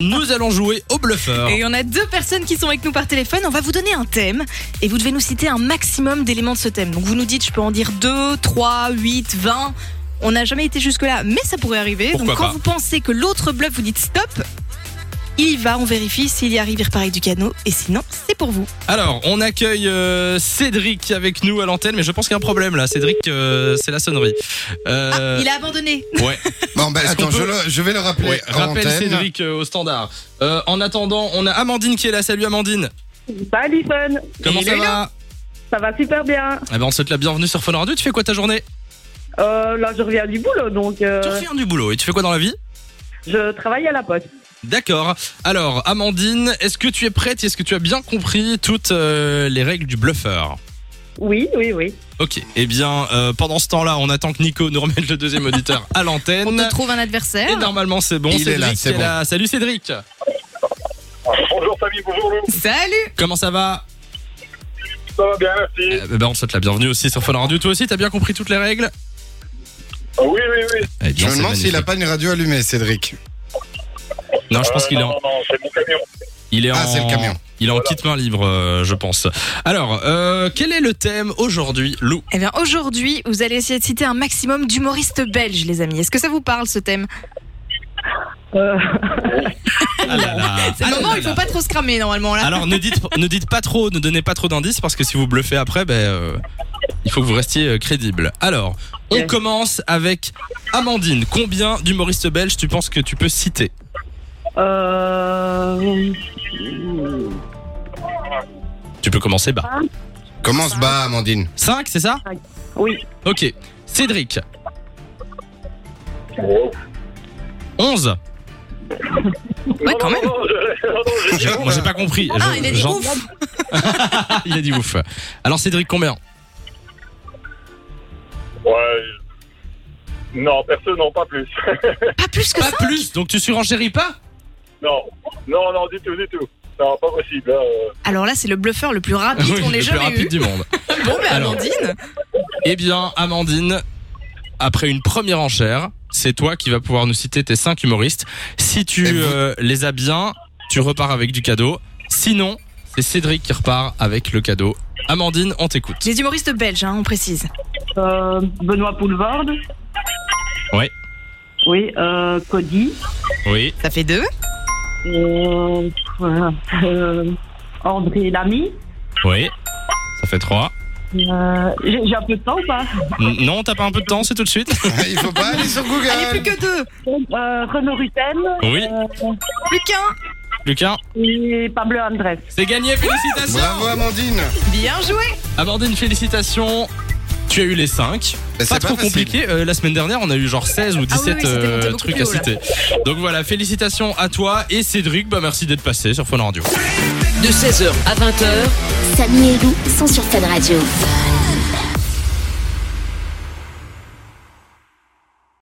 Nous allons jouer au bluffeur. Et on a deux personnes qui sont avec nous par téléphone. On va vous donner un thème et vous devez nous citer un maximum d'éléments de ce thème. Donc vous nous dites, je peux en dire 2, 3, 8, 20. On n'a jamais été jusque-là, mais ça pourrait arriver. Pourquoi Donc quand pas. vous pensez que l'autre bluff, vous dites stop. Il y va, on vérifie. S'il y arrive, il repart avec du canot. Et sinon, c'est pour vous. Alors, on accueille euh, Cédric avec nous à l'antenne, mais je pense qu'il y a un problème là. Cédric, euh, c'est la sonnerie. Euh, Ah, Il a abandonné. Ouais, Bon, ben Est-ce attends, qu'on peut- je, le- je vais le rappeler. ouais. en Rappelle antenne. Cédric euh, au standard. Euh, en attendant, on a Amandine qui est là. Salut Amandine. Salut Fun, Comment ça Hello. va ça va super bien. Eh ben, on te souhaite la bienvenue sur Fun Radio. Tu fais quoi ta journée Euh, là, je reviens du boulot, donc euh, Tu reviens du boulot et tu fais quoi dans la vie je travaille à la poste. D'accord. Alors, Amandine, est-ce que tu es prête et Est-ce que tu as bien compris toutes euh, les règles du bluffeur Oui, oui, oui. Ok. Eh bien, euh, pendant ce temps-là, on attend que Nico nous remette le deuxième auditeur à On l'antenne. te trouve un adversaire. Et normalement, c'est bon. Il est Cédric là, c'est est bon. là. Salut Cédric. Bonjour famille, bonjour Lou, Salut. Comment ça va ça va bien, merci. Eh ben, On te souhaite la bienvenue aussi sur Fun Radio. Toi aussi, t'as bien compris toutes les règles Ah Oui, oui, oui. Eh Je bien, me c'est demande s'il a magnifique. pas une radio allumée, Cédric. Non, je pense Euh, qu'il est non, en. Non, non, c'est mon camion. Il est Ah, en... c'est le camion. Il est en quitte main libre, euh, je pense. Alors, euh, quel est le thème aujourd'hui, Lou Eh bien, aujourd'hui, vous allez essayer de citer un maximum d'humoristes belges, les amis. Est-ce que ça vous parle, ce thème Euh, Ah là là. C'est Ah le là moment où là il faut là. pas trop se cramer, normalement, là. Alors, ne dites, ne dites pas trop, ne donnez pas trop d'indices parce que si vous bluffez après, ben, euh, il faut que vous restiez euh, crédible. Alors, on Ouais. commence avec Amandine. Combien d'humoristes belges tu penses que tu peux citer euh, Tu peux commencer bas. Comment se bat, Amandine 5, c'est ça oui, Ok. Cédric. 11 Ouais, quand même. Non, non, je- non, non, je- J'ai moi, j'ai pas compris. Ah, Je- il a dit j'en- Ah, ouf. il a dit ouf. Alors Cédric, combien Ouais. Non, personne, non, pas plus. Pas plus que Pas ça. plus, donc tu surenchéris pas non, non, non, du tout, du tout. Non, pas possible. hein, euh. Alors là, c'est le bluffeur le plus rapide Oui, qu'on le ait plus jamais rapide eu. du monde. Bon, bah, Alors. Amandine. Eh bien, Amandine, après une première enchère, c'est toi qui vas pouvoir nous citer tes cinq humoristes. Si tu Et vous- euh, les as bien, tu repars avec du cadeau. Sinon, c'est Cédric qui repart avec le cadeau. Amandine, on t'écoute. Les humoristes belges, hein, on précise. euh, Benoît Poulvord. Ouais. Oui, euh, Cody. Oui. Ça fait deux. Euh, voilà. Euh, André Lamy. Oui. Ça fait trois. Euh, J'ai j'ai un peu de temps ou pas N- Non, t'as pas un peu de temps, c'est tout de suite Il faut pas aller sur Google. Allez, plus que deux. euh, Renaud Rutten Oui. Plus qu'un. Lucas, et Pablo Andrés. c'est gagné, félicitations Bravo, Amandine. Ben, Bien joué. Amandine, félicitations Tu as eu les cinq. pas Mais Ben, c'est trop facile. compliqué. Euh, la semaine dernière, on a eu genre 16 ou 17 Ah oui, oui, c'était monté euh, beaucoup trucs plus à haut, là. citer. Donc voilà, félicitations à toi et Cédric. Bah, merci d'être passé sur Fun Radio. Samy et Lou sont sur Fun Radio.